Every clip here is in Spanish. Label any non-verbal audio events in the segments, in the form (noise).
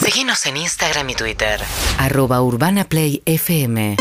Seguinos en Instagram y Twitter. Arroba Urbana Play FM.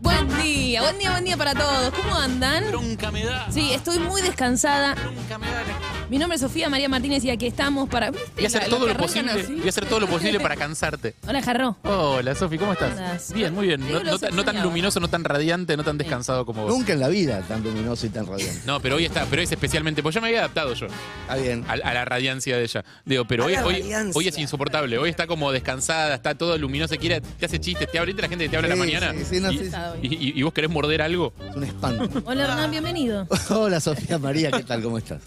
Buen día, buen día, buen día para todos. ¿Cómo andan? Nunca me da. Sí, estoy muy descansada. Nunca me da. Mi nombre es Sofía María Martínez y aquí estamos para. Voy a hacer Los todo que lo arrancan posible. así. Voy a hacer todo lo posible para cansarte. (laughs) Hola, Jarro. Hola, Sofi, ¿cómo ¿Cómo andás? estás? Bien, muy bien. Te No, digo, no los tan- no tan extrañaba. luminoso, no tan radiante, no tan descansado como vos. Nunca en la vida tan luminoso y tan radiante. No, pero hoy está, pero hoy es especialmente, pues yo me había adaptado yo Está bien. a, a la radiancia de ella. Digo, pero hoy, hoy, hoy es insoportable, hoy está como descansada, está todo luminosa, quiere, te hace chistes, te habla, ¿viste la gente que te habla a Sí, la mañana. sí, sí, no, y, sí, sí. y- y- y vos querés morder algo. Es un espanto. (laughs) Hola, Hernán, bienvenido. Hola Sofía María, ¿qué tal? ¿Cómo estás?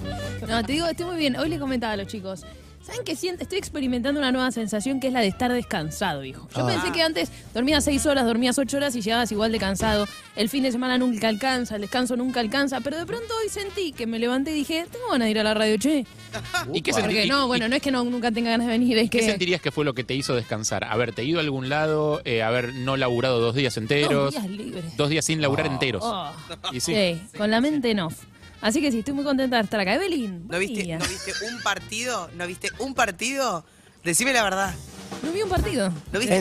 No, te digo, estoy muy bien. Hoy le comentaba a los chicos. ¿Saben qué siento? Estoy experimentando una nueva sensación que es la de estar descansado, hijo. Yo Ah. pensé que antes dormías seis horas, dormías ocho horas y llegabas igual de cansado. El fin de semana nunca alcanza, el descanso nunca alcanza. Pero de pronto hoy sentí que me levanté y dije, tengo ganas de ir a la radio, che. ¿Y qué, senti- Porque y- no, y- bueno, no es que no, nunca tenga ganas de venir, es ¿Qué que... sentirías que fue lo que te hizo descansar? Haberte ido a algún lado, eh, haber no laburado dos días Dos enteros, días libres. dos días sin laburar enteros. Oh, Y sí, sí. con la mente en off. Así que sí, estoy muy contenta de estar acá. Evelyn, ¿No buen viste, día. ¿No viste un partido? ¿No viste un partido? Decime la verdad. No vi un partido. ¿No viste?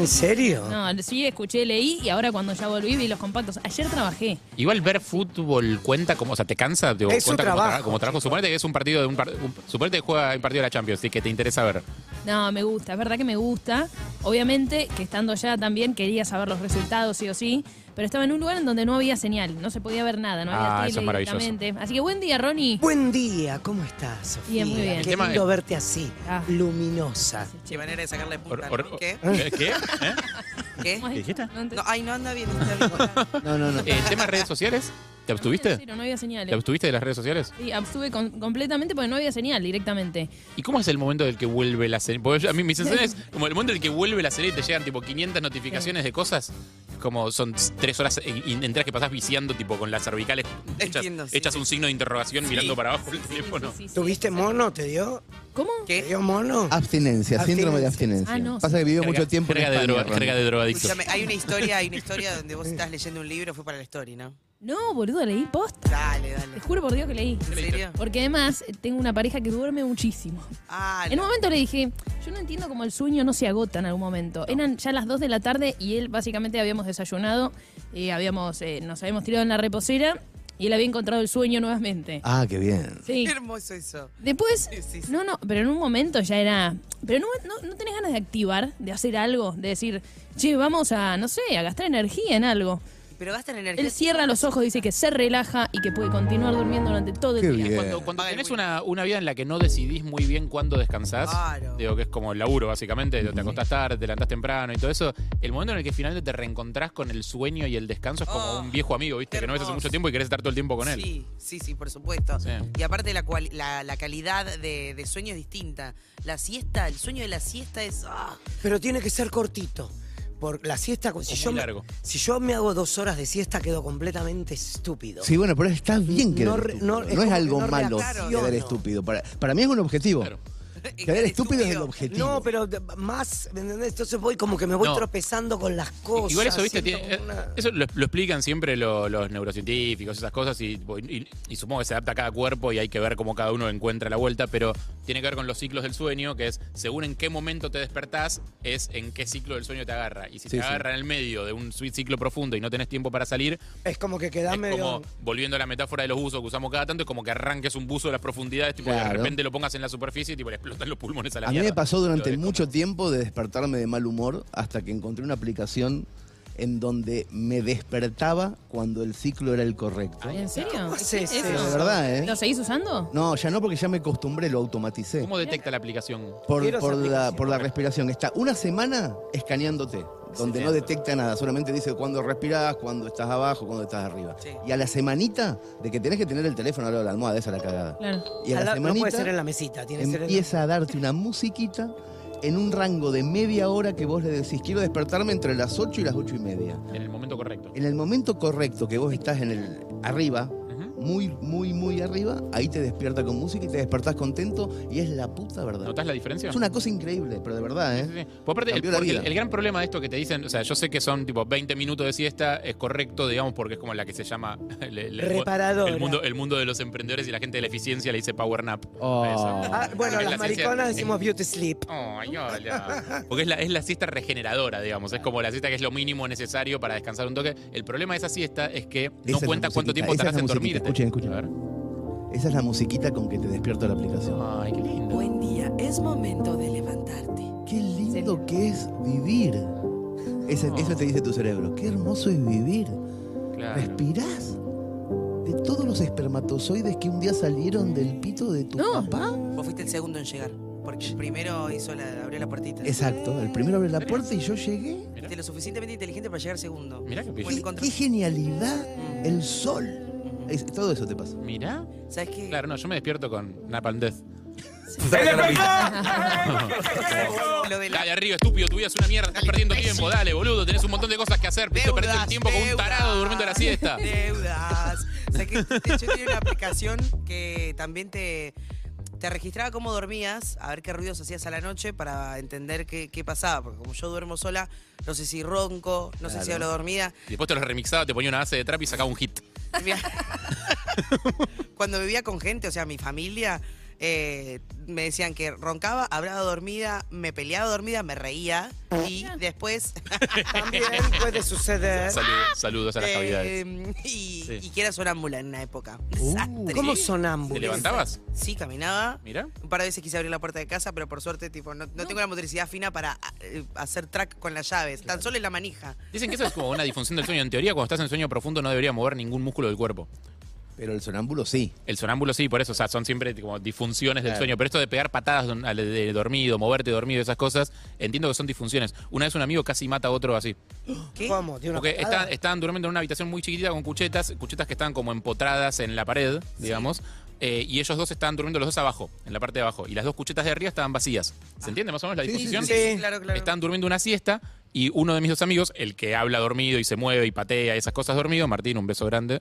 No, sí, escuché, leí y ahora cuando ya volví vi los compactos. Ayer trabajé. Igual ver fútbol cuenta como, o sea, te cansa, digo, Es su cuenta como trabajo. tra- como trabajo. Suponete que es un partido de un, par- un- suponete que juega un partido de la Champions y que te interesa ver. No, me gusta, es verdad que me gusta. Obviamente que estando allá también quería saber los resultados, sí o sí. Pero estaba en un lugar en donde no había señal, no se podía ver nada, no había Ah, tele eso es maravilloso. directamente. Así que buen día, Ronnie. Buen día, ¿cómo estás, Sofía? Bien, muy bien. El Qué tema lindo es- verte así, Ah. luminosa. Qué manera de sacarle Or- punta. or- ¿no? ¿Qué? ¿Eh? ¿Qué? ¿Eh? (laughs) ¿Qué? ¿Cómo es? dijiste? No entendí. No, ay, no anda bien. no Anda bien. No, no, no. Eh, ¿Tema redes sociales? Sí, ¿Te abstuviste? No había ¿Te señales. abstuviste de las redes sociales? Sí, abstuve con- completamente porque no había señal directamente. ¿Y cómo es el momento del que vuelve la serie? Porque yo- a mí mi sensación es como el momento del que vuelve la serie y te llegan tipo 500 notificaciones de cosas. Como son tres horas en- en- enteras que pasas viciando, tipo con las cervicales. Echas, Entiendo, sí, echas sí. un signo de interrogación mirando para abajo el teléfono. Sí, sí, sí, ¿Tuviste exacto. mono? ¿Te dio? ¿Cómo? ¿Te ¿Qué? dio mono? Abstinencia, síndrome de abstinencia. Ah, no, Pasa que vivió mucho Jerga- tiempo en jerga de, España. droga- Ronnie. jerga de drogadictos. Escúchame, hay una historia, hay una historia donde vos estás leyendo un libro, fue para la story, ¿no? No, boludo, leí posta. Dale, Te dale. juro por Dios que leí. ¿En serio? Porque además eh, tengo una pareja que duerme muchísimo. Ah, En un momento le dije, yo no entiendo cómo el sueño no se agota en algún momento. Eran ya las 2 de la tarde y él básicamente habíamos desayunado, eh, habíamos, eh, nos habíamos tirado en la reposera y él había encontrado el sueño nuevamente. Ah, qué bien. Sí. Qué hermoso eso. Después, Sí, sí, sí. no, no, pero en un momento ya era. Pero no, no, no tenés ganas de activar, de hacer algo, de decir, che, vamos a, no sé, a gastar energía en algo. Pero gastan energía. Él cierra los ojos, dice que se relaja y que puede continuar durmiendo durante todo el Qué día. bien. Cuando, cuando Paga el tenés Win. una, una vida en la que no decidís muy bien cuándo descansás, Claro. digo que es como el laburo básicamente, te acostás tarde, te levantás temprano y todo eso, el momento en el que finalmente te reencontrás con el sueño y el descanso es como Oh, un viejo amigo, ¿viste? qué Que no ves hace hermoso. mucho tiempo y querés estar todo el tiempo con él. Sí, sí, sí, por supuesto. Sí. Y aparte la, cual- la, la calidad de, de sueño es distinta. La siesta, el sueño de la siesta es... ah, Pero tiene que ser cortito. Por la siesta, si muy yo, me, largo. si yo me hago dos horas de siesta, quedo completamente estúpido. Sí, bueno, pero está bien que No eres re- estúpido. no- no, es es, como que algo no malo reacciono. quedar estúpido. Para, para mí es un objetivo. Claro. Quedar estúpido es el objetivo. No, pero de- más, ¿me entendés? Entonces voy como que me voy No. tropezando con las cosas. Igual eso, ¿viste? siento tiene- eh, como una- eso lo, lo explican siempre lo- los neurocientíficos, esas cosas, y, y- y supongo que se adapta a cada cuerpo y hay que ver cómo cada uno encuentra la vuelta, pero tiene que ver con los ciclos del sueño, que es según en qué momento te despertás, es en qué ciclo del sueño te agarra. Y si Sí, te sí. agarra en el medio de un sui- ciclo profundo y no tenés tiempo para salir, Es como que quedás es medio... como, volviendo a la metáfora de los buzos que usamos cada tanto, es como que arranques un buzo de las profundidades, tipo, y de Claro. repente lo pongas en la superficie y tipo, le explotan los pulmones a la A mí mierda. me pasó durante Pero es mucho como- tiempo de despertarme de mal humor hasta que encontré una aplicación en donde me despertaba cuando el ciclo era el correcto. Ah, ¿En serio? ¿Cómo haces ¿Existe eso? De eso? verdad, ¿eh? ¿Lo seguís usando? No, ya no porque ya me acostumbré, lo automaticé. ¿Cómo detecta la aplicación? Por, Quiero por esa la, aplicación. por la respiración. Está una semana escaneándote, donde no detecta nada, solamente dice cuándo respirás, cuándo estás abajo, cuándo estás arriba. Sí. Y a la semanita de que tenés que tener el teléfono al lado de la almohada, esa es la cagada. Claro. Y a Al la lado- no puede semanita ser en la mesita, tiene que ser en empieza a darte una musiquita en un rango de media hora que vos le decís, quiero despertarme entre las 8 y las 8 y media. En el momento correcto. En el momento correcto que vos estás en el arriba, Ujú. muy, muy, muy arriba, ahí te despierta con música y te despertás contento y es la puta verdad. ¿Notás la diferencia? Es una cosa increíble, pero de verdad, Sí, ¿eh? sí. Pues aparte, el, Cambió la porque vida. el- el gran problema de esto que te dicen, o sea, yo sé que son tipo 20 minutos de siesta, es correcto, digamos, porque es como la que se llama (laughs) el, el- el- Reparadora. el mundo, el mundo de los emprendedores y la gente de la eficiencia le dice power nap. Oh. Eso. Ah, Porque bueno, las la ciencia- mariconas decimos beauty sleep. Ay, (laughs) hola. Porque es la, es la siesta regeneradora, digamos. Es como la siesta que es lo mínimo necesario para descansar un toque. El problema de esa siesta es que no Esa es la cuenta cuánto musiquita, tiempo esa es tardás la en dormir. eh. musiquita, escuchen, Esa es la musiquita con que te despierta la aplicación. Ay, qué lindo. Buen día, es momento de levantarte. Qué lindo que es vivir. Ese- Eso te dice tu cerebro. Qué hermoso es vivir. Ah. Claro. ¿Respirás? De todos los espermatozoides que un día salieron del pito de tu No. papá. Vos fuiste el segundo en llegar, porque el primero hizo la, abrió la puertita. Exacto. El primero abre la puerta y yo llegué. Fuiste lo suficientemente inteligente para llegar segundo. Mirá qué Bueno, Qué, pilla. encontré- qué genialidad. El sol. Es- todo eso te pasa. Mirá. ¿Sabes qué? Claro, no, yo me despierto con Napalm Death. Lo de la Dale arriba, estúpido, tu vida es una mierda, estás perdiendo tiempo, dale, boludo, tenés un montón de cosas que hacer, te perdés el tiempo con un tarado deudas, durmiendo la siesta. (laughs) (laughs) Deudas. O sea que de hecho tenía una aplicación que también te, te registraba cómo dormías, a ver qué ruidos hacías a la noche para entender qué, qué pasaba. Porque como yo duermo sola, no sé si ronco, no sé si hablo dormida. Y después te lo remixaba, te ponía una base de trap y sacaba un hit. Cuando vivía con gente, o sea, mi familia, eh, me decían que roncaba, hablaba dormida, me peleaba dormida, me reía y después También (laughs) puede suceder. Salud- saludos a las cavidades. Eh, y, Sí. Uh. y que era sonámbula en una época. Desastre. ¿Cómo Sí. ¿Te sonámbulo? levantabas? Sí, caminaba. Mira. Un par de veces quise abrir la puerta de casa, pero por suerte, tipo, no, no tengo la motricidad fina para eh, hacer track con las llaves. Tan solo en la manija. Dicen que eso es como una disfunción del sueño. En teoría, cuando estás en sueño profundo no debería mover ningún músculo del cuerpo. Pero el sonámbulo sí. El sonámbulo sí, por eso, o sea, son siempre como disfunciones del sueño. Pero esto de pegar patadas don- al- de dormido, moverte dormido, esas cosas, entiendo que son disfunciones. Una vez un amigo casi mata a otro así. ¿Qué? ¿Cómo? ¿De una Porque patada? estaban, estaban durmiendo en una habitación muy chiquitita con cuchetas, cuchetas que estaban como empotradas en la pared, digamos. eh, y ellos dos estaban durmiendo los dos abajo, en la parte de abajo. Y las dos cuchetas de arriba estaban vacías. ¿Se entiende más o menos la Ah. Sí, sí, disposición? sí, sí. Claro, claro. Estaban durmiendo una siesta y uno de mis dos amigos, el que habla dormido y se mueve y patea y esas cosas dormido, Martín, un beso grande,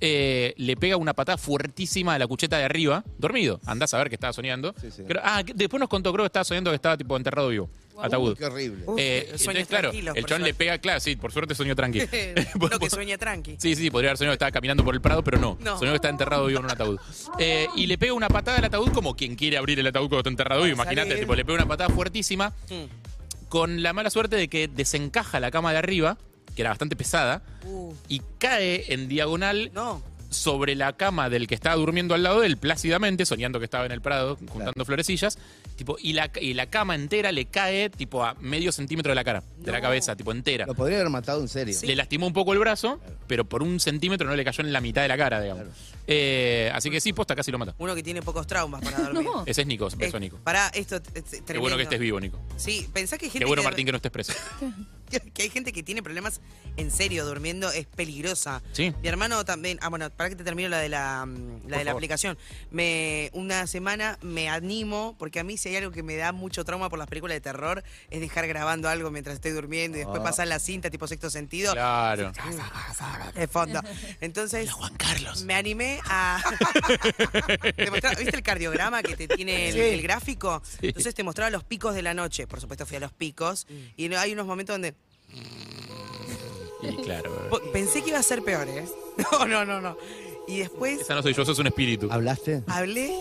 eh, le pega una patada fuertísima a la cucheta de arriba, dormido. Andás a ver que estaba soñando. Sí, sí. Creo- ah, que- después nos contó, creo que estaba soñando que estaba tipo enterrado vivo. Ataúd. horrible. Uf, Eh, sueños entonces, claro, el tranquilos, por chon le suerte. pega, claro, sí, por suerte soñó tranqui. (laughs) (laughs) (laughs) Uno que sueña tranqui. Sí, sí, podría haber soñado que estaba caminando por el prado, pero no. No. Soñó que está enterrado vivo en un ataúd. Eh, y le pega una patada al ataúd como quien quiere abrir el ataúd cuando está enterrado vivo. Ah, Para Imagínate, salir. tipo, le pega una patada fuertísima Mm. con la mala suerte de que desencaja la cama de arriba, que era bastante pesada, Uh, y cae en diagonal no. sobre la cama del que estaba durmiendo al lado de él plácidamente, soñando que estaba en el prado, juntando florecillas, tipo, y la, y la cama entera le cae tipo a medio centímetro de la cara, de la No. cabeza, tipo entera. Lo podría haber matado en serio. Le lastimó un poco el brazo, pero por un centímetro no le cayó en la mitad de la cara, digamos. Eh, así que sí, posta casi lo mata. Uno que tiene pocos traumas para dormir. No. Ese es Nico, preso Eh, Nico. Pará, esto es es Qué tremendo. bueno que estés vivo, Nico. Sí, pensá que hay gente Qué bueno, que- Martín, que no estés preso. (laughs) que hay gente que tiene problemas en serio durmiendo es peligrosa. Sí. Mi hermano también, ah bueno, para que te termino la de la, mm, la, de la favor. aplicación. Me, una semana me animo, porque a mí si hay algo que me da mucho trauma por las películas de terror, es dejar grabando algo mientras estoy durmiendo y después pasar la cinta tipo sexto sentido Ah. (laughs) Claro. de fondo. Entonces, Juan Carlos. me animé (laughs) a. Te mostraba- ¿Viste el cardiograma que te tiene el, Sí. el gráfico? Entonces te mostraba los picos de la noche. Por supuesto, fui a los picos. Mm. Y no- hay unos momentos donde. Y claro. po- Pensé que iba a ser peor, ¿eh? (laughs) No, no, no, no. Y después Esa no soy yo, sos un espíritu. Ah. ¿Hablaste? hablé.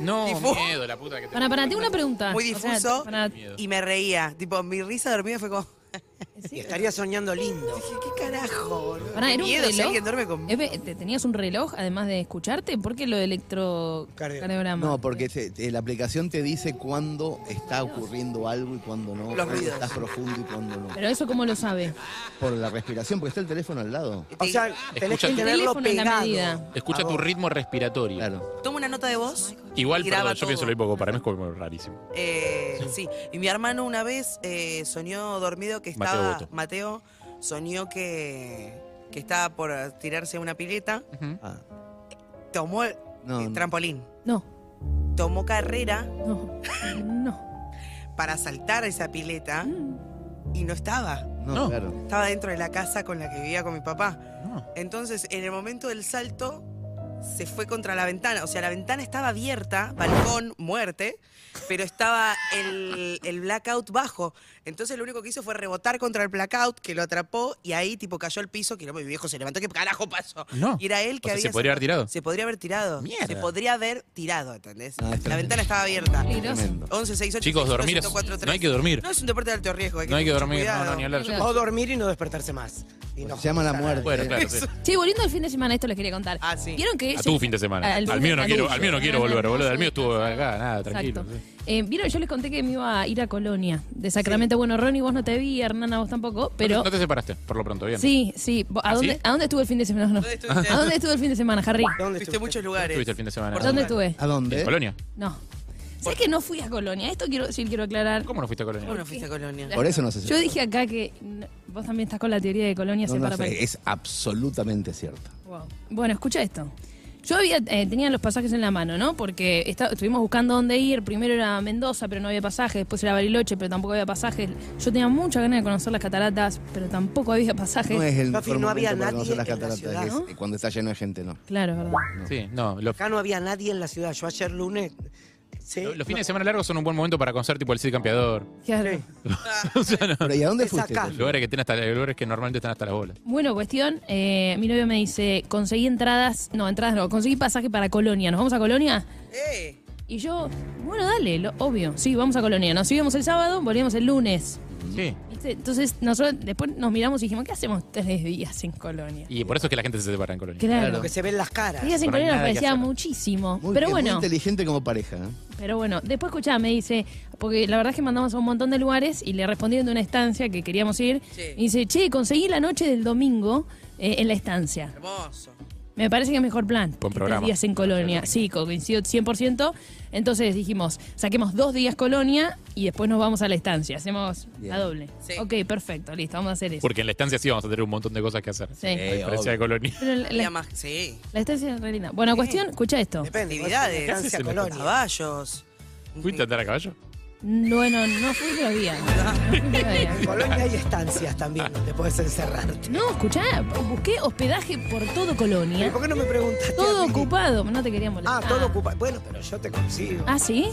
No, Tipo- miedo, la puta que te. Para, para, tengo una pregunta. Muy Ah, O sea, difuso. para- Miedo. Y me reía. Tipo, mi risa dormida fue como. sí, Estaría soñando lindo. Dije, ¿qué carajo, boludo? Pará, Qué ¿era un miedo si reloj? alguien duerme con. Es ve- ¿te- ¿Tenías un reloj además de escucharte? ¿Por qué lo de electrocardiograma? No, porque te- te- la aplicación te dice cuándo está ocurriendo algo y cuándo no. Los cuándo ruidos. Estás profundo y cuándo no. Pero eso, ¿cómo lo sabe? Por la respiración, porque está el teléfono al lado. O sea, tenés Escucha- que El tenerlo teléfono es la pegado. medida. Escucha tu ritmo respiratorio. Claro. Toma una nota de voz. Igual, y graba perdón, yo pienso todo. lo mismo, como para mí es como rarísimo. Eh, sí, y mi hermano una vez eh, soñó dormido que Mateo estaba. Boto. Mateo soñó que, que estaba por tirarse a una pileta. Ah, Tomó el no, no. trampolín. No, Tomó carrera no, no. para saltar a esa pileta y no estaba. No, No. claro. Estaba dentro de la casa con la que vivía con mi papá. No. Entonces, en el momento del salto, se fue contra la ventana. O sea, la ventana estaba abierta, balcón, muerte, pero estaba el, el blackout bajo. Entonces, lo único que hizo fue rebotar contra el blackout, que lo atrapó, y ahí, tipo, cayó al piso, que mi viejo se levantó, ¿qué carajo pasó? No. Y era él O que sea, había... se podría haber tirado. se podría haber tirado. Mierda. Se podría haber tirado, ¿entendés? Ah, la tremendo. ventana estaba abierta. Peligroso. Tremendo. 11, 6, 8, Chicos, dormir es- no hay que dormir. No es un deporte de alto riesgo. Hay que No hay que tener mucho dormir, no, cuidado. no, ni hablar. Yo- O dormir y no despertarse más. Y no Se llama la pasa muerte. Bueno, claro, sí. Che, volviendo al fin de semana, esto les quería contar. Ah, sí. ¿Vieron que A yo- tu fin de semana. Al Al, fin de- mío no al quiero, tuyo. al mío no quiero volver, boludo. Al mío estuvo acá, nada, Exacto. tranquilo. sí. Eh, Vieron, yo les conté que me iba a ir a Colonia, de Sacramento. Bueno, Ronnie, vos no te vi, Hernana, vos tampoco, pero... No te separaste, por lo pronto, bien. Sí, sí. Bo- ¿A ¿Ah, dónde, sí? ¿A dónde estuve el fin de semana? No. ¿Dónde estuviste? ¿A dónde estuve el fin de semana, Harry? ¿Dónde Fuiste a estuviste? muchos lugares. Estuviste el fin de semana. Por ¿Dónde ¿Dónde Portugal. estuve? ¿A dónde? ¿En Colonia? No. Sé que no fui a Colonia. Esto quiero decir, quiero aclarar. ¿Cómo no fuiste a Colonia? ¿Cómo no fuiste a Colonia? Por eso no se Yo dije acá que n- vos también estás con la teoría de Colonia No, no separa sé, países. es absolutamente cierto. Wow. Bueno, escucha esto. Yo había, eh, tenía los pasajes en la mano, ¿no? Porque esta- estuvimos buscando dónde ir. Primero era Mendoza, pero no había pasajes. Después era Bariloche, pero tampoco había pasajes. Yo tenía mucha ganas de conocer las cataratas, pero tampoco había pasajes. No es el Papi, mejor no momento había para conocer las nadie en la cataratas. ciudad, es- ¿no? eh, Cuando está lleno de gente, (laughs) no. Claro, es verdad. Sí, no. Los, Acá no había nadie en la ciudad. Yo ayer lunes. sí, los fines de semana largos son un buen momento para conocer tipo el Cid Campeador. Claro. Sí. O sea, no. Pero ¿y a dónde Es fuiste? acá. Lugares que, tienen hasta, lugares que normalmente están hasta las bolas. Bueno, cuestión, eh, mi novio me dice, conseguí entradas, no, entradas no, conseguí pasaje para Colonia, ¿nos vamos a Colonia? ¡Eh! Y yo, bueno, dale, lo- obvio, sí, vamos a Colonia, nos íbamos el sábado, volvíamos el lunes. Sí. ¿Viste? Entonces, nosotros después nos miramos y dijimos, ¿qué hacemos tres días en Colonia? Y por eso es que la gente se separa en Colonia. Claro, Lo que se ven las caras. tres días en No hay Colonia nos nada que parecía hacer. muchísimo, Muy, pero bien, muy bueno. inteligente como pareja. ¿eh? Pero bueno, después escuchá, me dice, porque la verdad es que mandamos a un montón de lugares y le respondieron de una estancia que queríamos ir. Sí. Y dice, che, conseguí la noche del domingo eh, en la estancia. Hermoso. Me parece que es mejor plan. que tres programa. días en Colonia. Sí, co- coincido 100%. Entonces dijimos, saquemos dos días Colonia y después nos vamos a la estancia. Hacemos Bien. la doble. Sí. Ok, perfecto, listo, vamos a hacer eso. Porque en la estancia sí vamos a tener un montón de cosas que hacer. Sí. A diferencia obvio. de Colonia. Pero la, Había la- más- Sí. la estancia es re linda. Bueno, cuestión, escucha esto. Depende. Actividades. Francia, Se me- Colonia. Caballos. ¿Fuiste a andar a caballo? Bueno, no fui (laughs) todavía. No, fui todavía. Colonia hay estancias también donde puedes encerrarte. No, escuchá, busqué hospedaje por todo Colonia. ¿Por qué no me preguntaste? Todo a mí? ocupado. No te quería molestar. Ah, todo ocupado. Bueno, pero yo te consigo. ¿Ah, sí?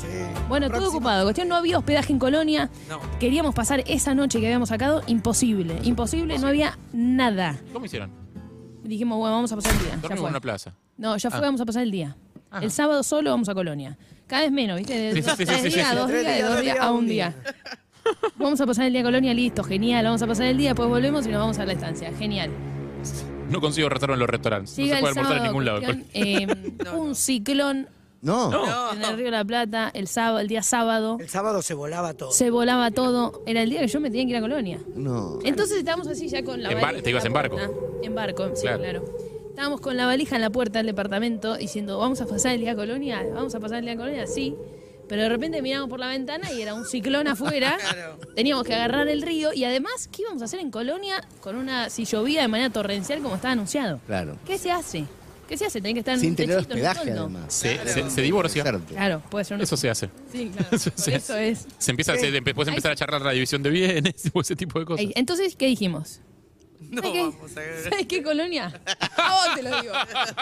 Bueno, todo Próximo. ocupado. Cuestión, no había hospedaje en Colonia. No. Queríamos pasar esa noche que habíamos sacado. Imposible. Imposible, no había nada. ¿Cómo hicieron? Dijimos, bueno, vamos a pasar el día. Ya Dormimos fue. en una plaza. No, ya fue, Ah. vamos a pasar el día. Ajá. El sábado solo vamos a Colonia. Cada vez menos, ¿viste? De Sí, dos- sí, sí, tres sí, sí, días, a sí. dos Tres días, de días, dos dos días días, a un un día. Vamos a pasar el día a Colonia, listo, genial. Vamos a pasar el día, después volvemos y nos vamos a la estancia. Genial. No consigo reservar en los restaurantes. Llega no se puede el almorzar sábado, en ningún lado. cuestión, eh, (laughs) No, un no. ciclón No. No. en el Río de la Plata, el sábado, el día sábado. El sábado se volaba todo. Se volaba todo. Era el día que yo me tenía que ir a Colonia. No. Entonces estábamos así ya con la En valija. bar- te ibas en barco. puerta. En barco, sí, Claro. claro. Estábamos con la valija en la puerta del departamento diciendo, vamos a pasar el día a Colonia, vamos a pasar el día a Colonia, sí. Pero de repente miramos por la ventana y era un ciclón (laughs) afuera. Claro. Teníamos que agarrar el río y además, ¿qué íbamos a hacer en Colonia con una si llovía de manera torrencial como estaba anunciado? Claro. ¿Qué se hace? ¿Qué se hace? Tenés que estar en Sin un tener techito, en un hospedaje, toldo. además. Se, se- se divorcia. Exacto. Claro, puede ser un Eso se hace. Sí, claro. Eso Por se eso hace. es. Se empieza, se, empe- puedes empezar a charlar la división de bienes, (laughs) tipo ese tipo de cosas. Ey, Entonces, ¿qué dijimos? No ¿Sabes qué? vamos a ver. ¿Sabes qué, Colonia? A vos te lo digo.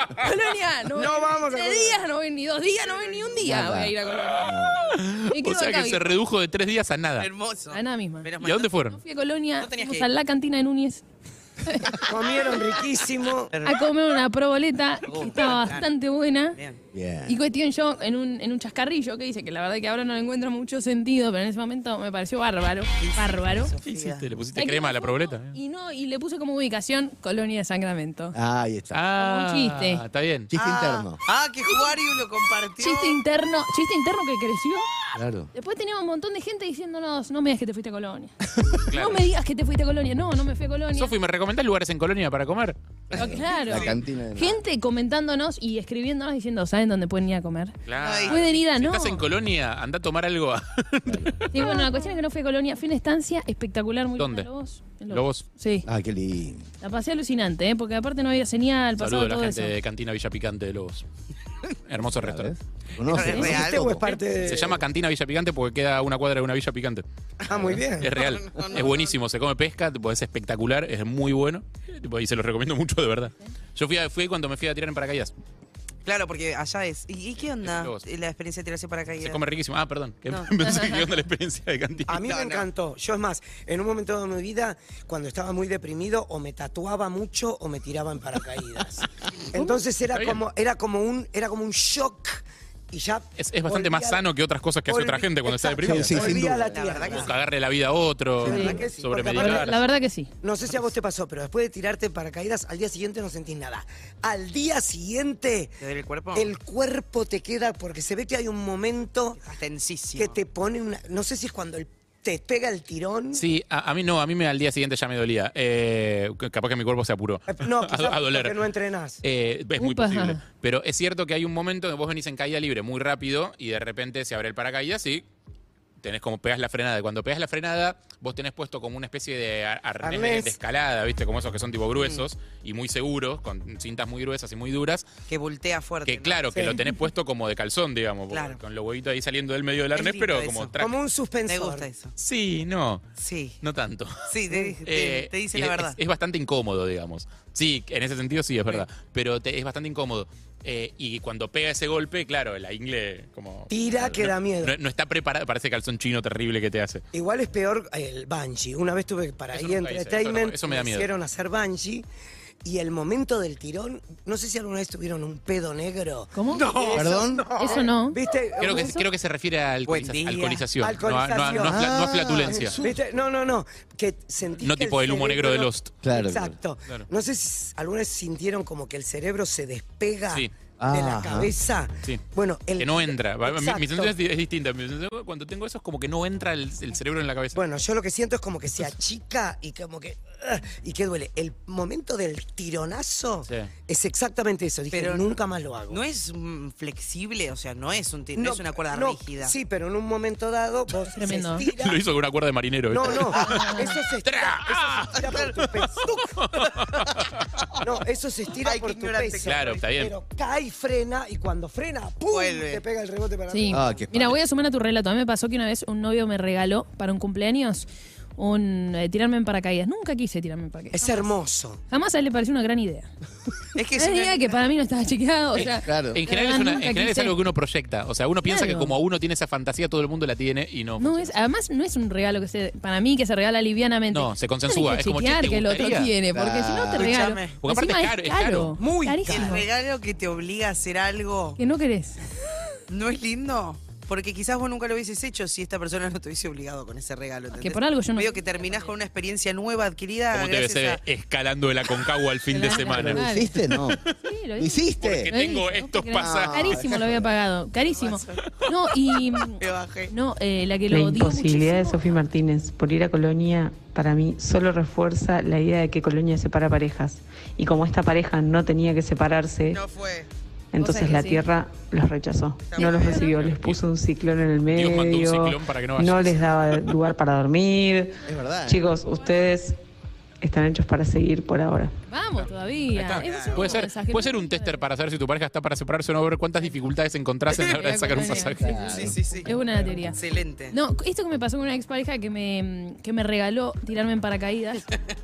Colonia, no, voy No ni vamos a tres Colonia. días, no voy ni dos días, no voy ni un día. Nada. Voy a ir a (laughs) Colonia. Me O quedo sea acá, que se vivo. redujo de tres días a nada. Hermoso. A nada misma. Menos ¿Y a dónde Ah, No fueron? fui a Colonia, No tenías fuimos que a ir. la cantina de Núñez Comieron riquísimo. a comer una proboleta que estaba bastante buena. Bien. Bien. Y cuestión yo en un, en un chascarrillo que dice que la verdad que ahora no le encuentro mucho sentido, pero en ese momento me pareció bárbaro. Bárbaro. ¿Qué hiciste? ¿Le pusiste Saqué crema a la foto proboleta? eh. Y no, y le puse como ubicación Colonia de Sacramento. Ahí está. Ah, Como un chiste. está bien. Chiste Ah, interno. ah, que Juario lo compartió. Chiste interno, chiste interno que creció. Claro. Después teníamos un montón de gente diciéndonos, no me digas que te fuiste a (laughs) Colonia. Claro. No me digas que te fuiste a Colonia. No, no me fui a Colonia. Sofi, ¿me recomendás lugares en Colonia para comer? Pero claro. La cantina de Gente comentándonos y escribiéndonos diciendo, ¿saben dónde pueden ir a comer? Claro. Pueden ir a Si no. estás en Colonia, anda a tomar algo a (laughs) Sí, bueno, la cuestión es que no fui a Colonia. Fui a una estancia espectacular, muy ¿Dónde? linda, Lobos. En Lobos. Sí. Ah, qué lindo. La pasé alucinante, ¿eh? porque aparte no había señal, pasaba Saludo a la todo gente eso. (laughs) de Cantina Villa Picante de Lobos. Hermoso restaurante. ¿Conoce? Es ¿Conoce? real. ¿Este o es parte de.? Se llama ¿Eh? Cantina Villa Picante porque queda a una cuadra de una villa picante. Ah, muy (laughs) bien. Es real. No, no, no, es buenísimo. Se come pesca, tipo, es espectacular, es muy bueno. tipo, Y se los recomiendo mucho, de verdad. Yo fui, a- fui cuando me fui a tirar en paracaídas. Claro, porque allá es. ¿Y, y qué onda Lobos. la experiencia de tirarse para Se caída? come riquísimo. Ah, perdón. que No. (laughs) Pensé que (laughs) onda la experiencia de cantina. A mí No, me no. encantó. Yo es más, en un momento de mi vida, cuando estaba muy deprimido, o me tatuaba mucho o me tiraba (laughs) en paracaídas. Entonces era Está bien. como, era como un, era como un shock y ya. Es, es bastante más olvida- sano que otras cosas que hace otra olvi- gente cuando está Exacto. deprimida. Sí, sí, sin Olvida duda. la La verdad tierra. que O sí. cagarle la vida a otro, Sí, la verdad que sí. La, sobremedicar. la verdad que sí. No sé si a vos te pasó, pero después de tirarte en paracaídas, al día siguiente no sentís nada. Al día siguiente, ¿Te duele el cuerpo? el cuerpo te queda porque se ve que hay un momento Estás tensísimo. que te pone una. No sé si es cuando el- te pega el tirón. Sí, a, a mí no, a mí me, al día siguiente ya me dolía. Eh, c- capaz que mi cuerpo se apuró (laughs) (laughs) No, a, quizás a doler. porque no entrenás. Eh, es muy Upa. posible. Pero es cierto que hay un momento donde vos venís en caída libre muy rápido y de repente se abre el paracaídas y tenés como pegas la frenada. Y Cuando pegas la frenada, vos tenés puesto como una especie de ar- arnés, de- De, Arnés. escalada, ¿viste? Como esos que son tipo gruesos y muy seguros, con cintas muy gruesas y muy duras. Que voltea fuerte. Que ¿no? claro, que Sí. lo tenés puesto como de calzón, digamos, porque Claro. con los huevitos ahí saliendo del medio del Es arnés, lindo pero eso. como traje. Como un Me suspensor. gusta eso. Sí, no, Sí. no tanto. Sí, te, te- Eh, te dice y la es- verdad. Es, bastante incómodo, digamos. Sí, en ese sentido sí, es verdad. Pero te- es bastante incómodo. Eh, y cuando pega ese golpe, claro, la ingle como... Tira no- que da miedo. No, no está preparada para ese calzón chino terrible que te hace. Igual es peor eh, el bungee. Una vez tuve para Eso ahí nunca hice, eso no- entertainment, eso me da miedo. hicieron hacer bungee y el momento del tirón, no sé si alguna vez tuvieron un pedo negro. ¿Cómo? ¿Perdón? Eso no. ¿Viste? Creo que, ¿Eso? creo que se refiere a alcoholiza- Buen día. alcoholización, no a- no a- No, a, Alcoholización. fla- no a Ah, flatulencia. Jesús. (laughs) ¿Viste? No, no, no. Que sentí No que tipo el humo negro de cerebro- Lost. Claro. Exacto. Claro. No sé si alguna vez sintieron como que el cerebro se despega Sí. de Ah, Ajá. la cabeza. Sí. Bueno, el Que no entra. Va- mi- Mi Exacto. sensación es, di- es distinta. Mi sensación Cuando tengo eso es como que no entra el, el cerebro en la cabeza. Bueno, yo lo que siento es como que se achica y como que. ugh, y que duele. El momento del tironazo Sí. es exactamente eso. Dije, Pero nunca más lo hago. No es mm, flexible, o sea, no es, un, ti- no es una cuerda no, rígida. Sí, pero en un momento dado vos se Tremendo. estira. (laughs) Lo hizo con una cuerda de marinero. No, ¿viste? no. Eso se estira, ah. eso se estira por tu peso. (laughs) No, eso se estira Ay, qué por tu ignorante peso. que Claro, está bien. Pero cae y frena y cuando frena, ¡pum! Vuelve. Te pega el rebote para Sí. arriba. Ah, qué Mira, voy a sumar a tu relato. A mí me pasó que una vez un novio me regaló para un cumpleaños un eh, tirarme en paracaídas. Nunca quise tirarme en paracaídas. Es hermoso. Jamás a él le pareció una gran idea. Es que Es es una idea una- que para mí no estaba chequeado. O sea, Eh, Claro. En La general, verdad, es, una- en Ah, nunca general es quise. algo que uno proyecta. O sea, uno piensa Claro. que como uno tiene esa fantasía, todo el mundo la tiene y no. no es, además no es un regalo que se, para mí que se regala livianamente. No, se Yo tenés consensúa, que es como, che, chequear ¿te que el otro gustaría? tiene, porque si no te Claro. regalo. Escuchame. Porque aparte Encima es caro, es caro. Muy el carísimo. regalo que te obliga a hacer algo Que no querés. no es lindo. Porque quizás vos nunca lo hubieses hecho si esta persona no te hubiese obligado con ese regalo. ¿entendés? que por algo yo no- Veo que terminás con una experiencia nueva adquirida. Como eh. gracias TBC a- escalando el Aconcagua al fin de Claro. ¿Lo semana. Claro. hiciste? No. Sí, lo ¿Lo hice. Porque hiciste? Lo tengo hice, estos ¿vos qué querés? pasajes. Carísimo lo había pagado, carísimo. No, y Me bajé. no, eh, la que La lo odió imposibilidad de muchísimo- Sofía Martínez por ir a Colonia, para mí, solo refuerza la idea de que Colonia separa parejas. Y como esta pareja no tenía que separarse, No fue. entonces que la sí. Tierra los rechazó. No los recibió, les puso un ciclón en el Dios medio. mandó un ciclón para que no no vayas. les daba lugar para dormir. Es verdad. ¿eh? Chicos, ustedes están hechos para seguir por ahora. Vamos Ahí todavía. está. Ese es un Puede ser, mensaje. puede ser un tester para saber si tu pareja está para separarse o no, ver cuántas dificultades encontrás en la hora de sacar un pasaje. Sí, sí, sí. Es buena la teoría. Excelente. No, esto que me pasó con una expareja que me, que me regaló tirarme en (laughs) paracaídas,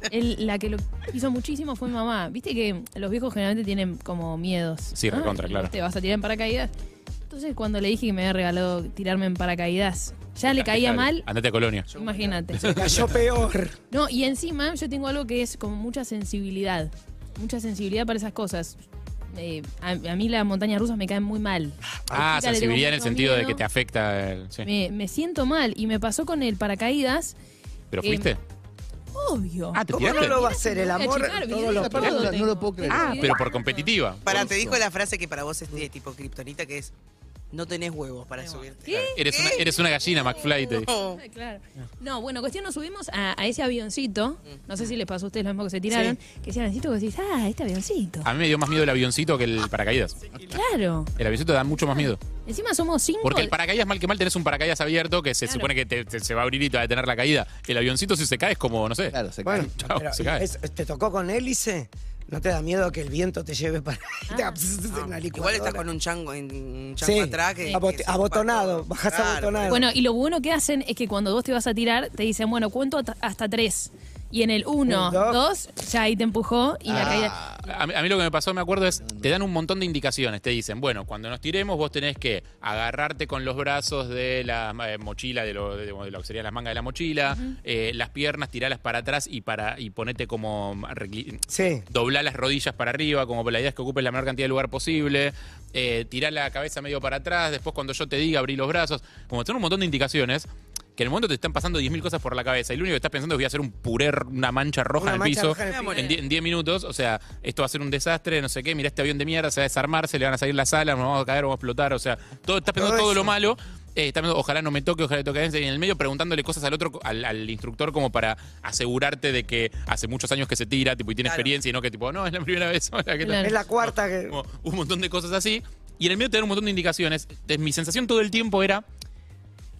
el- la que lo hizo muchísimo fue mi mamá. Viste que los viejos generalmente tienen como miedos. Ah, Sí, recontra, claro. Te vas a tirar en paracaídas. Entonces, cuando le dije que me había regalado tirarme en paracaídas, ya le caía mal. Andate a Colonia. Imagínate. Cayó peor. No, y encima yo tengo algo que es como mucha sensibilidad. Mucha sensibilidad para esas cosas. Eh, a, a mí las montañas rusas me caen muy mal. Chica, Ah, le tengo sensibilidad en el mucho sentido de miedo. que te afecta. el- sí. Me, me siento mal. Y me pasó con el paracaídas. ¿Pero eh, fuiste? Obvio. Ah, te ¿Cómo no tiraste. lo va a hacer el Voy a amor? checar, todo videos, lo- La todo película, tengo. no lo puedo creer. Ah, pero por competitiva. Para, te dijo la frase que para vos es de tipo kriptonita, que es no tenés huevos para subirte. Eres una, eres una gallina, McFly. Te dijo. No. Ah, claro. No, bueno, cuestión, nos subimos a, a ese avioncito. No sé si les pasó a ustedes lo mismo que se tiraron. Que ese avioncito que decís, ah, este avioncito. A mí me dio más miedo el avioncito que el paracaídas. Claro. El avioncito da mucho más miedo. Encima somos cinco. Porque el paracaídas, mal que mal, tenés un paracaídas abierto que se supone que te- te- se va a abrir y te va a detener la caída. El avioncito, si se cae, es como, no sé. Claro, se Bueno, cae. chao, Pero, se cae. ¿es- ¿Te tocó con hélice? ¿No te da miedo que el viento te lleve para y te Ah. pss, en (laughs) la Igual estás licuadora? con un chango, en- un chango Sí, atrás que, abot- que se abotonado, ocupa todo. bajás Claro, abotonado. Bueno, y lo bueno que hacen es que cuando vos te vas a tirar, te dicen, bueno, cuento hasta- hasta tres. Y en el uno, Un, dos. dos, ya ahí te empujó y la caída. A mí, a mí lo que me pasó, me acuerdo, es te dan un montón de indicaciones. Te dicen, bueno, cuando nos tiremos, vos tenés que agarrarte con los brazos de la eh, mochila, de lo, de- de lo que serían las mangas de la mochila, eh, las piernas, tirarlas para atrás y para y ponete como recli- Sí. doblar las rodillas para arriba, como la idea es que ocupes la menor cantidad de lugar posible, eh, tirar la cabeza medio para atrás, después cuando yo te diga abrí los brazos, como son un montón de indicaciones. Que en el momento te están pasando 10.000 cosas por la cabeza y lo único que estás pensando es voy a hacer un puré, una mancha roja Una en el mancha piso. roja en el Me voy a morir. piso. En die- en 10 minutos, o sea, esto va a ser un desastre, no sé qué, mirá este avión de mierda, se va a desarmar, se le van a salir las alas, nos vamos a caer, vamos a explotar, o sea, todo, estás pensando Todo todo, lo eso. malo, eh, estás pensando, ojalá no me toque, ojalá me toque, a ese, y en el medio preguntándole cosas al otro, al, al instructor como para asegurarte de que hace muchos años que se tira, tipo, y tiene Claro. experiencia, y no que tipo, no, es la primera vez, (laughs) hola, ¿qué tal?". Claro. Es la cuarta que. Como un montón de cosas así, y en el medio te dan un montón de indicaciones, Entonces, mi sensación todo el tiempo era...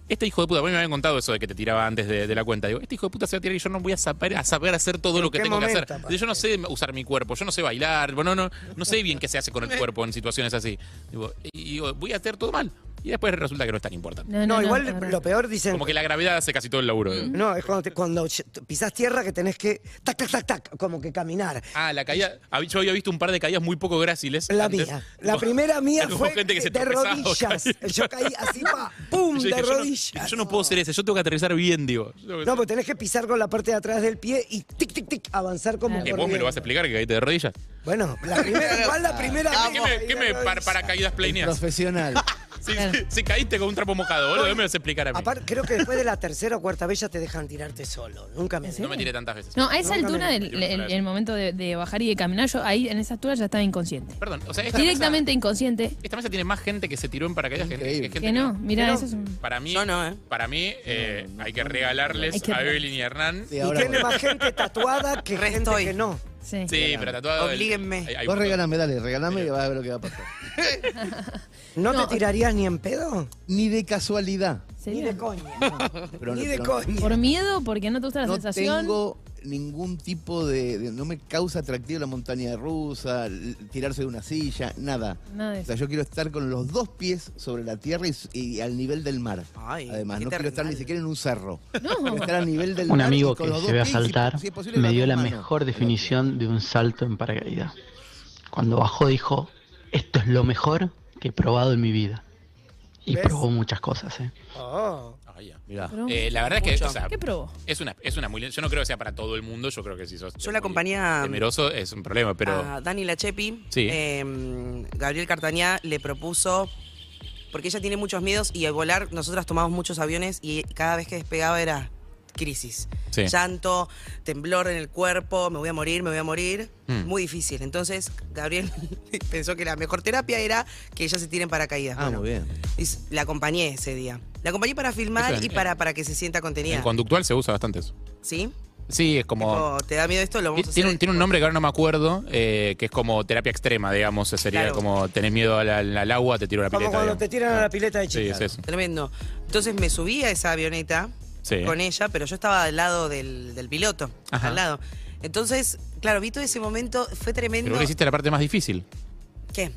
Este hijo de puta, a mí me habían contado eso de que te tiraba antes de, de la cuenta. Digo, este hijo de puta se va a tirar y yo no voy a saber, a saber hacer todo lo que qué tengo que hacer. momento, aparte? Digo, Yo no sé usar mi cuerpo, yo no sé bailar, bueno, no, no sé bien qué se hace con (laughs) el cuerpo en situaciones así. Digo, y digo, voy a hacer todo mal. Y después resulta que no es tan importante. No, la igual verdad. lo peor dicen. Como que la gravedad hace casi todo el laburo. digo. No, es cuando, te- cuando pisas tierra que tenés que. Tac, tac, tac, tac. Como que caminar. Ah, la caída. hab- Yo había visto un par de caídas muy poco gráciles. La antes. mía. La Hubo- primera mía (laughs) hubo fue gente que se de tropezaba, rodillas. (laughs) caí. Yo caí así, pa, ¡pum! Y yo de dije, yo no- rodillas. Yo no puedo ser ese, yo tengo que aterrizar bien, digo. Yo- No, pues tenés que pisar con la parte de atrás del pie y tic, tic, tic, avanzar Eh, como. ¿Vos me lo corriendo. vas a explicar que caíste de rodillas? Bueno, la primera, (laughs) igual la primera. ¿Qué vez. me, qué me par- paracaídas planeas? (laughs) Profesional. Si, si- si caíste con un trapo mojado, boludo, me lo vas a explicar a mí. Aparte, creo que después de la tercera o cuarta vez ya te dejan tirarte solo. Nunca me No me tiré tantas veces. No, a esa Nunca altura, me- el, Yo el- no la- el momento de, de bajar y de caminar, yo ahí en esa altura ya estaba inconsciente. Perdón, o sea, esta Directamente inconsciente. Mesa, esta mesa tiene más gente que se tiró en paracaídas que, que Increíble. gente Que no, mira, eso es un... Para mí, Yo no, ¿eh? para mí eh, hay que regalarles Hay que- a Evelyn y Hernán. Sí, Y ahora tiene voy. más gente tatuada que Re gente estoy. que no. Sí. Sí, pero tatuado. el- Oblíguenme. hay- hay- Vos regalame, dale, regalame y vas a ver lo que va a pasar. ¿No, No. te tirarías ni en pedo? Ni de casualidad. Ni Sería- (laughs) de coña. Pero- ni de pero- coña. Por miedo, porque no te gusta la no sensación. tengo ningún tipo de, de- No me causa atractivo la montaña rusa, l- tirarse de una silla, nada. Nada de O eso. (laughs) sea, yo quiero estar con los dos pies sobre la tierra y, s- y al nivel del mar. Ay, Además, qué no quiero estar ni terrenal. siquiera en (laughs) un cerro. Quiero No. estar al nivel del Un mar. y amigo con que los dos se ve a pies, si po- saltar si es posible, me las dio dos la manos. mejor definición de un salto en paracaídas. Cuando bajó dijo, esto es lo mejor que he probado en mi vida. Y ¿Ves? probó muchas cosas, ¿eh? Oh. Ay, ya. Mirá. Pero- Eh, la verdad es que, Mucho. o sea, ¿Qué probó? es una, es una muy linda- Yo no creo que sea para todo el mundo. Yo creo que si sos Yo muy la compañía- Ah, temeroso es un problema, pero a Dani Lachepi, Sí. eh, Gabriel Cartañá le propuso, porque ella tiene muchos miedos y al volar nosotras tomamos muchos aviones y cada vez que despegaba era crisis. Sí. Llanto, temblor en el cuerpo, me voy a morir, me voy a morir. Mm. Muy difícil. Entonces Gabriel (laughs) pensó que la mejor terapia era que ella se tire en paracaídas. Ah, Bueno, muy bien. y s- la acompañé ese día. La acompañé para Eso filmar en- y para, para que se sienta contenida. en conductual se usa bastante eso. ¿Sí? Sí, es como. Tipo, ¿Te da miedo esto? Lo vamos a hacer. Tiene un, tiene un nombre que ahora no me acuerdo, eh, que es como terapia extrema, digamos. eh, Sería Claro. como tenés miedo al, al- al agua, te tiro a la Como pileta. cuando digamos. te tiran a la pileta de Sí, chicas. es eso. Tremendo. Entonces me subí a esa avioneta Sí. con ella, pero yo estaba al lado del, del piloto. Ajá. Al lado. Entonces, claro, vi todo ese momento, fue tremendo. Pero vos hiciste la parte más difícil. ¿Qué?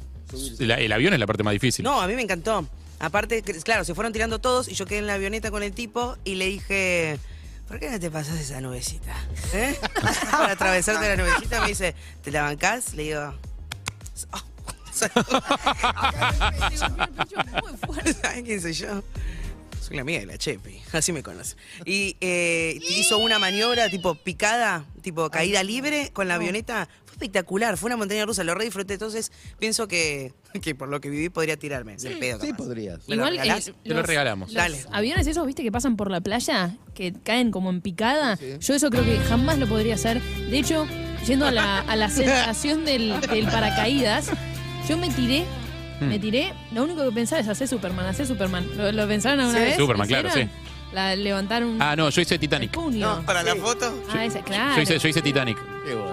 La- el avión es la parte más difícil. No, a mí me encantó. Aparte, cl- claro, se fueron tirando todos y yo quedé en la avioneta con el tipo y le dije, ¿por qué no te pasas esa nubecita? ¿Eh? (laughs) Para atravesarte la nubecita me dice, ¿te la bancás? Le digo, "Oh". (laughs) Muy fuerte. (laughs) ¿Saben quién soy yo? Soy la amiga de la Chepi, así me conoce. Y eh, hizo una maniobra tipo picada, tipo caída libre con la avioneta. Fue espectacular, fue una montaña rusa, lo re disfruté. Entonces pienso que, (laughs) que por lo que viví podría tirarme. del pedo, Sí, capaz. podrías. ¿Me lo Igual, regalás? eh, Te lo los- regalamos. los Dale. aviones esos, viste, que pasan por la playa, que caen como en picada. Yo eso creo que jamás lo podría hacer. De hecho, yendo a la, a la sensación del, del paracaídas, yo me tiré, Hmm. me tiré. Lo único que pensaba es hacer Superman, hacer Superman. ¿Lo, lo pensaron alguna Sí. vez? Superman, claro, ¿Hicieron? sí. La levantaron Ah, no, yo hice el Titanic. puño. No, para la foto. ah, esa, claro. Yo hice, yo hice Titanic.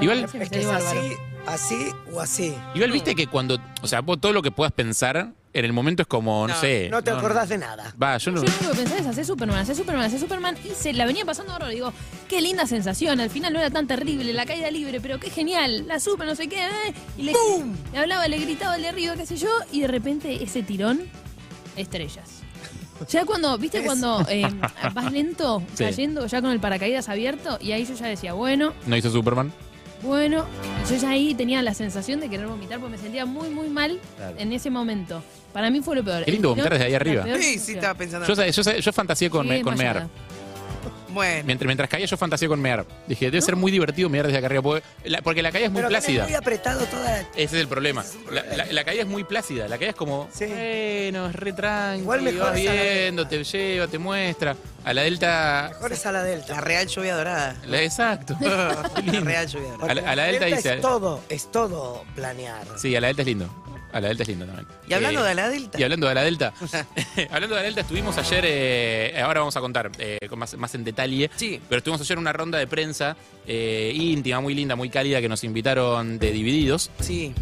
Igual, Ese me Este Es que salió es bárbaro. así, así o así. igual viste que cuando. O sea, vos todo lo que puedas pensar en el momento es como, no, No, sé. No te acordás de nada. Va, Yo yo no. lo único que pensaba es hacer Superman, hacer Superman, hacer Superman. Y se la venía pasando ahora. Digo, qué linda sensación. Al final no era tan terrible, la caída libre, pero qué genial. La super, no sé qué. eh, Y le, le hablaba, le gritaba, le arriba, qué sé yo. Y de repente ese tirón, estrellas. Ya cuando, viste, (laughs) cuando eh, vas lento, Sí. cayendo, ya con el paracaídas abierto. Y ahí yo ya decía, bueno, No hizo Superman. bueno, y yo ya ahí tenía la sensación de querer vomitar porque me sentía muy, muy mal en ese momento. Para mí fue lo peor. Qué lindo El tirón, vomitar desde ahí la arriba. peor Sí, sí, sensación. estaba pensando. Yo, sa- yo, sa- yo fantaseé con, Llegué me- con mear. desmayada. bueno, Mientras, mientras caía, yo fantaseé con mear. Dije, debe ser muy divertido mear desde acá arriba. Porque la, porque la caída es muy Pero tenés plácida. muy apretado toda la... Ese es el problema. La, la- la caída es muy plácida. La caída es como, Sí. bueno, es re tranqui, Igual mejor vas esa viendo, delta. te lleva, te muestra. A la delta... Mejor es a la delta. la real lluvia (laughs) dorada. la- exacto. Qué La lindo. real lluvia (laughs) dorada. A la- a la delta dice- Es todo, es todo planear. Sí, a la delta es lindo. A la delta es lindo también. Y hablando Eh, de la delta. Y hablando de la Delta, (laughs) hablando de la Delta, estuvimos ayer, eh, ahora vamos a contar eh, con más, más en detalle, Sí. pero estuvimos ayer en una ronda de prensa eh, íntima, muy linda, muy cálida, que nos invitaron de Divididos, Sí,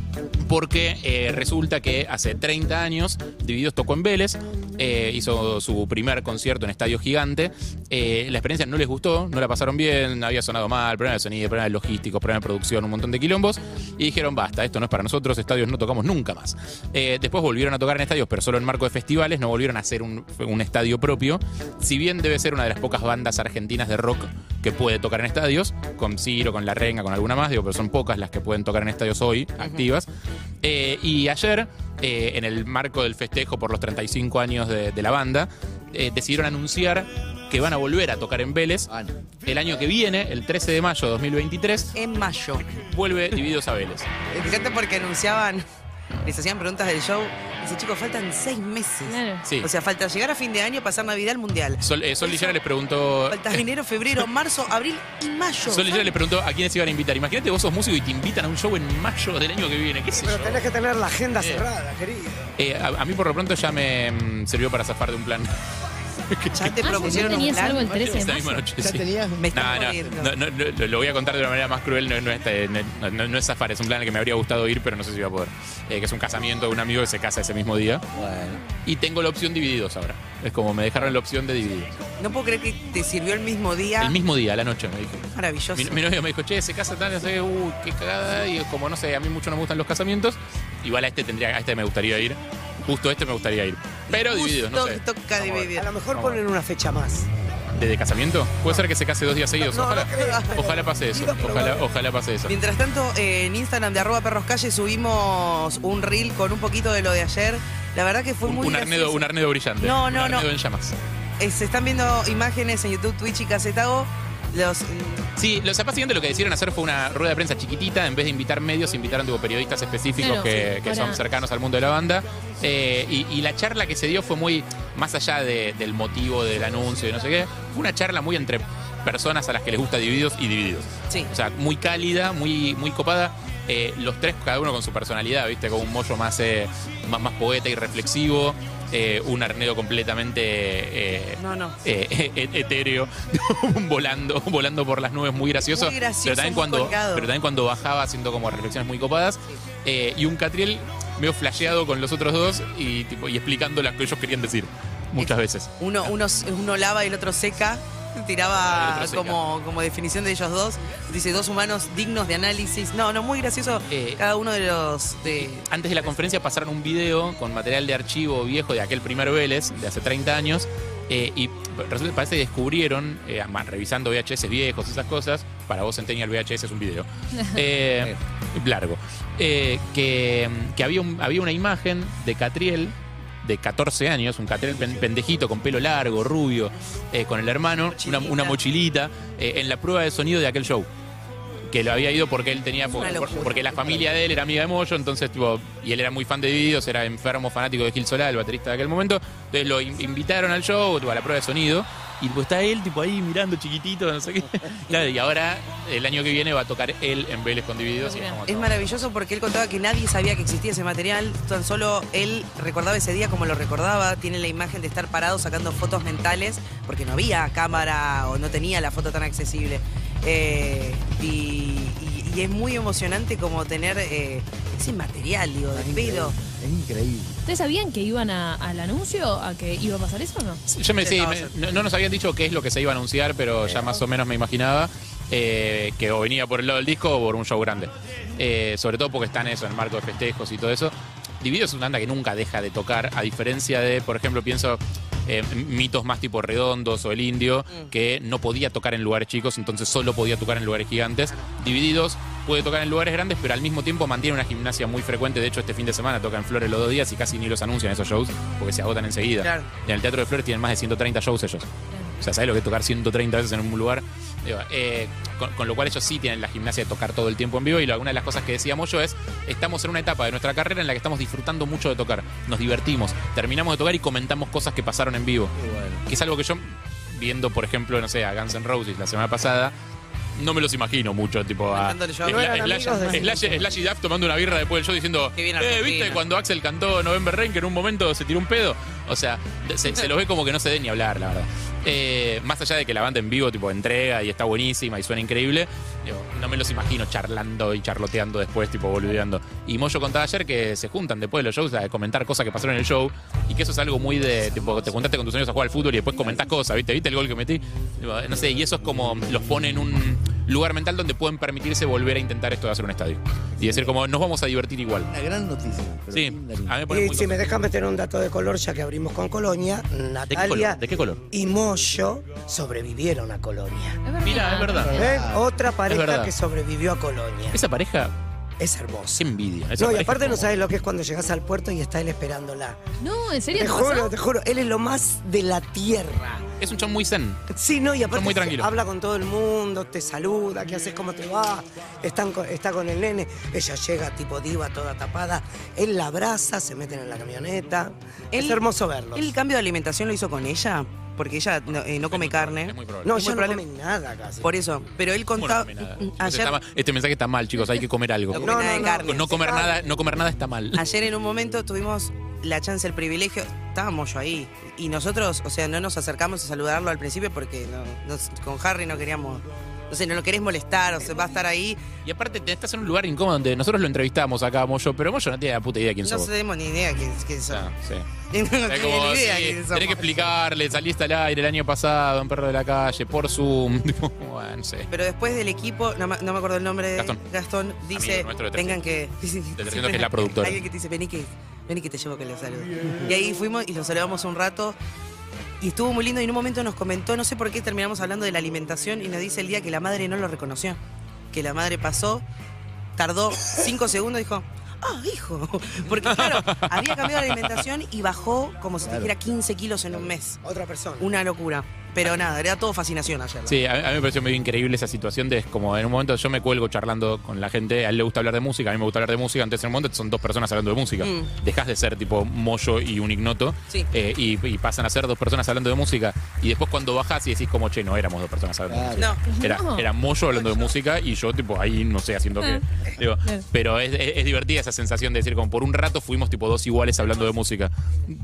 porque eh, resulta que hace 30 años Divididos tocó en Vélez, eh, hizo su primer concierto en Estadio Gigante, eh, la experiencia no les gustó, no la pasaron bien, había sonado mal, problemas de sonido, problemas logísticos, problemas de producción, un montón de quilombos, y dijeron, basta, esto no es para nosotros, estadios no tocamos nunca más. Eh, después volvieron a tocar en estadios, pero solo en marco de festivales, no volvieron a hacer un, un estadio propio, si bien debe ser una de las pocas bandas argentinas de rock que puede tocar en estadios, con Ciro, con La Renga, con alguna más, digo, pero son pocas las que pueden tocar en estadios hoy, activas. Eh, y ayer, eh, en el marco del festejo por los 35 años de, de la banda, eh, decidieron anunciar que van a volver a tocar en Vélez Ah, no. el año que viene, el 13 de mayo de 2023, en mayo. vuelve Divididos a Vélez. Me encanta porque anunciaban, les hacían preguntas del show. Dice, chicos, faltan seis meses. Claro. Sí. O sea, falta llegar a fin de año, pasar Navidad al Mundial. Sol, eh, Sol Lillera les preguntó. Falta enero, febrero, marzo, abril y mayo. Sol Lillera les preguntó a quiénes iban a invitar. Imagínate vos sos músico y te invitan a un show en mayo del año que viene. ¿Qué sé Pero yo? tenés que tener la agenda Sí. cerrada, querido. Eh, a, a mí por lo pronto ya me mm, sirvió para zafar de un plan. Ya te Ah, propusieron yo un tenías plan. algo el 13 de Esta mayo. misma noche. Ya sí. tenías un Me estoy No, muriendo. no, no, no, no, lo voy a contar de una manera más cruel, no, no es, eh, no- no- no es zafar, es un plan al que me habría gustado ir, pero no sé si iba a poder. Eh, que es un casamiento de un amigo que se casa ese mismo día. Bueno. Y tengo la opción divididos ahora. Es como me dejaron la opción de divididos. No puedo creer que te sirvió el mismo día. El mismo día, a la noche, me dijo. Maravilloso. Mi, mi novio me dijo, che, se casa tal, no sé, uh, qué cagada. Y es como, no sé, a mí mucho no me gustan los casamientos. Igual a este tendría, a este me gustaría ir. Justo a este me gustaría ir. Pero Justo divididos, no sé. toca Vamos a ver. divididos. A lo mejor Vamos. ponen una fecha más. ¿Desde casamiento? Puede ser que se case dos días seguidos. No, no ojalá, creo, pero- ojalá pase eso. Ojalá, ojalá pase eso. Mientras tanto, eh, en Instagram de arroba perros calle subimos un reel con un poquito de lo de ayer. La verdad que fue Un, muy un arnedo, gracioso. un arnedo brillante. No, Un no, no. arnedo en llamas. Eh, se están viendo imágenes en YouTube, Twitch y Casetago. Los, mm, Sí, lo capaz siguiente lo que decidieron hacer fue una rueda de prensa chiquitita. En vez de invitar medios, invitaron tipo, periodistas específicos Claro, que, sí, que para- son cercanos al mundo de la banda. Eh, y, y la charla que se dio fue muy, más allá de- del motivo del anuncio y no sé qué, fue una charla muy entre personas a las que les gusta divididos y divididos. sí. O sea, muy cálida, muy, muy copada. Eh, los tres, cada uno con su personalidad, ¿viste? Con un mollo más, eh, más, más poeta y reflexivo. eh, un arnedo completamente eh, No, no. eh, eh, etéreo, (laughs) volando, volando por las nubes, muy gracioso. Muy gracioso, pero, también muy cuando, colgado. pero también cuando bajaba haciendo como reflexiones muy copadas. Eh, y un Catriel medio flasheado con los otros dos y, tipo, y explicando las que ellos querían decir muchas veces. Uno, uno, uno lava y el otro seca. Tiraba El otro seca. Como, como definición de ellos dos. Dice dos humanos dignos de análisis. No, no, muy gracioso. Eh, cada uno de los. De, Antes de la conferencia pasaron un video con material de archivo viejo de aquel primer Vélez, de hace 30 años, eh, y resulta parece que descubrieron, eh, ama- revisando VHS viejos, esas cosas, para vos Centennial VHS es un (laughs) video, eh, largo, eh, que, que había, un- había una imagen de Catriel de 14 años, un Catriel pen- pendejito con pelo largo, rubio, eh, con el hermano, una, una mochilita, eh, en la prueba de sonido de aquel show que lo había ido porque él tenía por- una por- locura. porque la familia de él era amiga de Moyo, entonces tipo y él era muy fan de Divididos, era enfermo fanático de Gil Solá, el baterista de aquel momento, entonces lo in- invitaron al show, tipo, a la prueba de sonido y tipo, está él tipo ahí mirando chiquitito, no sé qué. (laughs) Claro, y ahora el año que viene va a tocar él en Vélez con Divididos y es como Es todo. maravilloso porque él contaba que nadie sabía que existía ese material, tan solo él recordaba ese día como lo recordaba, tiene la imagen de estar parado sacando fotos mentales, porque no había cámara o no tenía la foto tan accesible. Eh, y, y- y es muy emocionante como tener eh, ese material, digo, de pedo. Es increíble. ¿Ustedes sabían que iban a- al anuncio? ¿A que iba a pasar eso o no? Yo me, Ya sí, estaba me- cerca. no, no nos habían dicho qué es lo que se iba a anunciar, pero ya más o menos me imaginaba eh, que o venía por el lado del disco o por un show grande. Eh, sobre todo porque están eso, en el marco de festejos y todo eso. Dividido es una banda que nunca deja de tocar, a diferencia de, por ejemplo, pienso eh, mitos más tipo redondos o el indio, Mm. que no podía tocar en lugares chicos, entonces solo podía tocar en lugares gigantes. Divididos puede tocar en lugares grandes, pero al mismo tiempo mantiene una gimnasia muy frecuente. De hecho, este fin de semana toca en Flores los dos días y casi ni los anuncian esos shows porque se agotan enseguida. Claro. En el Teatro de Flores tienen más de 130 shows ellos. O sea, ¿sabes lo que es tocar 130 veces en un lugar? Digo, eh, con, con lo cual ellos sí tienen la gimnasia de tocar todo el tiempo en vivo y lo- una de las cosas que decíamos yo es, estamos en una etapa de nuestra carrera en la que estamos disfrutando mucho de tocar, nos divertimos, terminamos de tocar y comentamos cosas que pasaron en vivo, que es algo que yo, viendo por ejemplo, no sé, a Guns N' Roses la semana pasada, no me los imagino mucho, tipo a Comentándole yo. Sla- No eran Slash, amigos de- Slash- Slash y Duff tomando una birra después del show diciendo, Qué bien "Eh, ¿viste Argentina". cuando Axel cantó November Rain que en un momento se tiró un pedo? O sea, de- se, se los ve como que no se den ni hablar, la verdad. Eh, más allá de que la banda en vivo tipo entrega y está buenísima y suena increíble, digo, no me los imagino charlando y charloteando después, tipo boludeando. Y Moyo contaba ayer que se juntan después de los shows a comentar cosas que pasaron en el show y que eso es algo muy de, tipo, te juntaste con tus amigos a jugar al fútbol y después comentás cosas, ¿viste? ¿Viste el gol que metí? Digo, No sé, y eso es como los pone en un lugar mental donde pueden permitirse volver a intentar esto de hacer un estadio. Y decir como, nos vamos a divertir igual. Una gran noticia. pero Sí, a linda, mí linda. me Eh, pone Y muy si contento. me dejan meter un dato de color, ya que abrimos con Colonia, ¿De qué color? Natalia ¿De qué color? y Moyo sobrevivieron a Colonia. Es verdad. Mira, es verdad. ¿Ven? Otra verdad. pareja que sobrevivió a Colonia. Esa pareja Es hermosa. se envidia. Esa No, y pareja aparte no como- sabes lo que es cuando llegas al puerto y está él esperándola. No, ¿en serio? Te ¿Te pasó? juro, te juro, él es lo más de la tierra. Es un chon muy zen. Sí, no, y aparte muy tranquilos. habla con todo el mundo, te saluda, ¿qué haces? ¿Cómo te va? Están con- está con el nene, ella llega tipo diva, toda tapada, él la abraza, se meten en la camioneta. Él- es hermoso verlos. ¿El cambio de alimentación lo hizo con ella? Porque ella no, eh, no come carne. Es muy probable. no, es yo muy no probable- comen nada casi. Por eso. Pero él ¿Cómo no contaba come nada? Entonces mm, ayer, está mal- este mensaje está mal, chicos. Hay que comer algo. No come no, nada Ah. de no, no, carne. Con no comer nada, no comer nada está mal. ayer en un momento tuvimos la chance, el privilegio, estábamos yo ahí. Y nosotros, o sea, no nos acercamos a saludarlo al principio porque no- nos- con Harry no queríamos, no sé, no lo querés molestar, o sea, va a estar ahí. Y aparte te estás en un lugar incómodo donde nosotros lo entrevistamos acá a Moyo, pero Moyo no tiene la puta idea de quién No sos. tenemos ni idea quién, quién son. Ah, sí. (laughs) No Es tenemos como, ni idea sí, quién tenés que somos. explicarle, saliste al aire el año pasado, en Perro de la Calle, por Zoom. (laughs) bueno, no sé. Pero después del equipo, no, me- no me acuerdo el nombre de Gastón. Gastón dice, Amigo nuestro de tengan que... (laughs) De 300, que es la productora. Alguien que te dice, vení que, vení que te llevo que lo saludo. Y ahí fuimos y lo saludamos un rato. Y estuvo muy lindo y en un momento nos comentó, no sé por qué terminamos hablando de la alimentación y nos dice el día que la madre no lo reconoció. Que la madre pasó, tardó cinco (laughs) segundos y dijo, ah, hijo. (laughs) Porque claro, había cambiado la alimentación y bajó como si te dijera 15 kilos en un mes. Otra persona. Una locura. Pero nada, era todo fascinación ayer. la Sí, a, a mí me pareció muy increíble esa situación de es como en un momento yo me cuelgo charlando con la gente, a él le gusta hablar de música, a mí me gusta hablar de música, entonces en un momento son dos personas hablando de música. Mm. Dejas de ser tipo Moyo y un ignoto Sí. eh, y, y pasan a ser dos personas hablando de música y después cuando bajas y decís como, che, no éramos dos personas hablando de música. No, Era, No. era Moyo hablando de música y yo, tipo, ahí, no sé, haciendo que. digo, pero es, es- es divertida esa sensación de decir, como por un rato fuimos, tipo, dos iguales hablando de música.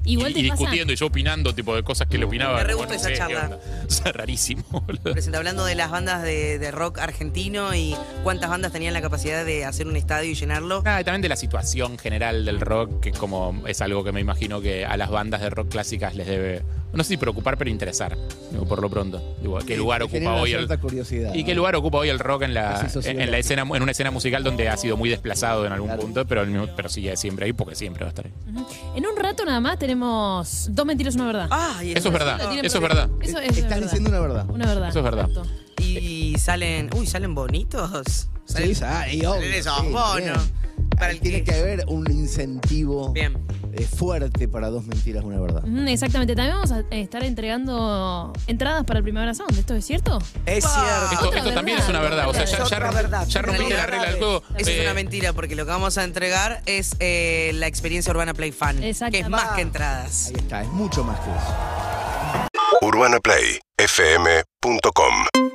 Igual y, te y pasa- discutiendo y yo opinando, tipo, de cosas que le opinaba. Me re como, gusta no sé, esa qué charla. onda. (laughs) O sea, rarísimo, boludo. presenta hablando de las bandas de, de rock argentino y cuántas bandas tenían la capacidad de hacer un estadio y llenarlo. Nada, y también de la situación general del rock, que es como es algo que me imagino que a las bandas de rock clásicas les debe, no sé si preocupar, pero interesar, digo, por lo pronto. Digo, ¿Qué lugar Te genera ocupa una hoy el, cierta curiosidad. ¿Y qué ¿no? lugar ocupa hoy el rock en Así la, en, sociológico. la escena, en una escena musical donde ha sido muy desplazado en algún Claro. punto, pero, al mismo- pero sigue siempre ahí porque siempre va a estar ahí? En un rato nada más tenemos dos mentiras, una verdad. Ah, y el- Eso es verdad, Lo tienen eso es prohibido. verdad. Eso es Estás verdad. diciendo una verdad. Una verdad. Eso es verdad. Exacto. Y salen, uy, salen bonitos. Salen- Sí, ah, y obvio, salen esos sí, monos. bien. Para Ahí el tiene que- que haber un incentivo Bien. Mm. eh, fuerte para dos mentiras, una verdad. Ujú, Exactamente, también vamos a estar entregando entradas para el Primavera Sound, ¿esto es cierto? Es cierto. Esto, Otra esto también verdad. es una verdad, o sea, Es ya, ya- otra verdad. ya rompiste la regla del juego. Eso Eh, es una mentira, porque lo que vamos a entregar es eh, la experiencia Urbana Play Fan. Que es Exactamente. más que entradas. Ah. Ahí está, es mucho más que eso. UrbanaPlayFM.com